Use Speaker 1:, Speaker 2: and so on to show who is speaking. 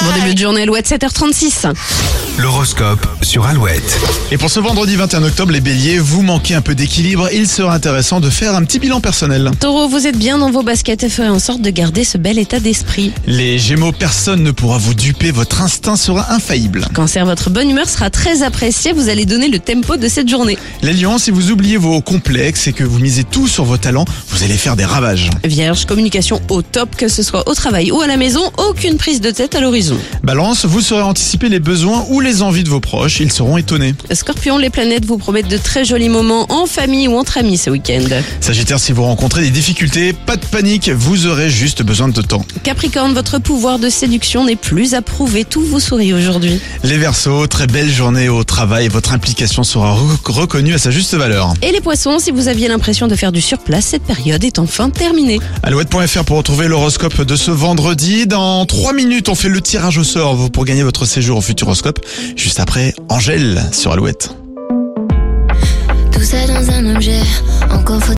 Speaker 1: Bon début de journée, Alouette, 7h36.
Speaker 2: L'horoscope sur Alouette.
Speaker 3: Et pour ce vendredi 21 octobre, les béliers, vous manquez un peu d'équilibre, il sera intéressant de faire un petit bilan personnel.
Speaker 1: Taureau, vous êtes bien dans vos baskets et ferez en sorte de garder ce bel état d'esprit.
Speaker 3: Les gémeaux, personne ne pourra vous duper, votre instinct sera infaillible.
Speaker 1: Cancer, votre bonne humeur sera très appréciée, vous allez donner le tempo de cette journée.
Speaker 3: Les lions, si vous oubliez vos complexes et que vous misez tout sur vos talents, vous allez faire des ravages.
Speaker 1: Vierge, communication au top, que ce soit au travail ou à la maison, aucune prise de tête à l'horizon.
Speaker 3: Balance, vous saurez anticiper les besoins ou les envies de vos proches, ils seront étonnés.
Speaker 1: Scorpion, les planètes vous promettent de très jolis moments en famille ou entre amis ce week-end.
Speaker 3: Sagittaire, si vous rencontrez des difficultés, pas de panique, vous aurez juste besoin de temps.
Speaker 1: Capricorne, votre pouvoir de séduction n'est plus à prouver, tout vous sourit aujourd'hui.
Speaker 3: Les versos, très belle journée au travail, votre implication sera re- reconnue à sa juste valeur.
Speaker 1: Et les poissons, si vous aviez l'impression de faire du surplace, cette période est enfin terminée.
Speaker 3: Alouette.fr pour retrouver l'horoscope de ce vendredi. Dans 3 minutes, on fait le tirage au sort pour gagner votre séjour au Futuroscope. Juste après, Angèle sur Alouette.
Speaker 4: Tout ça dans un objet, encore faut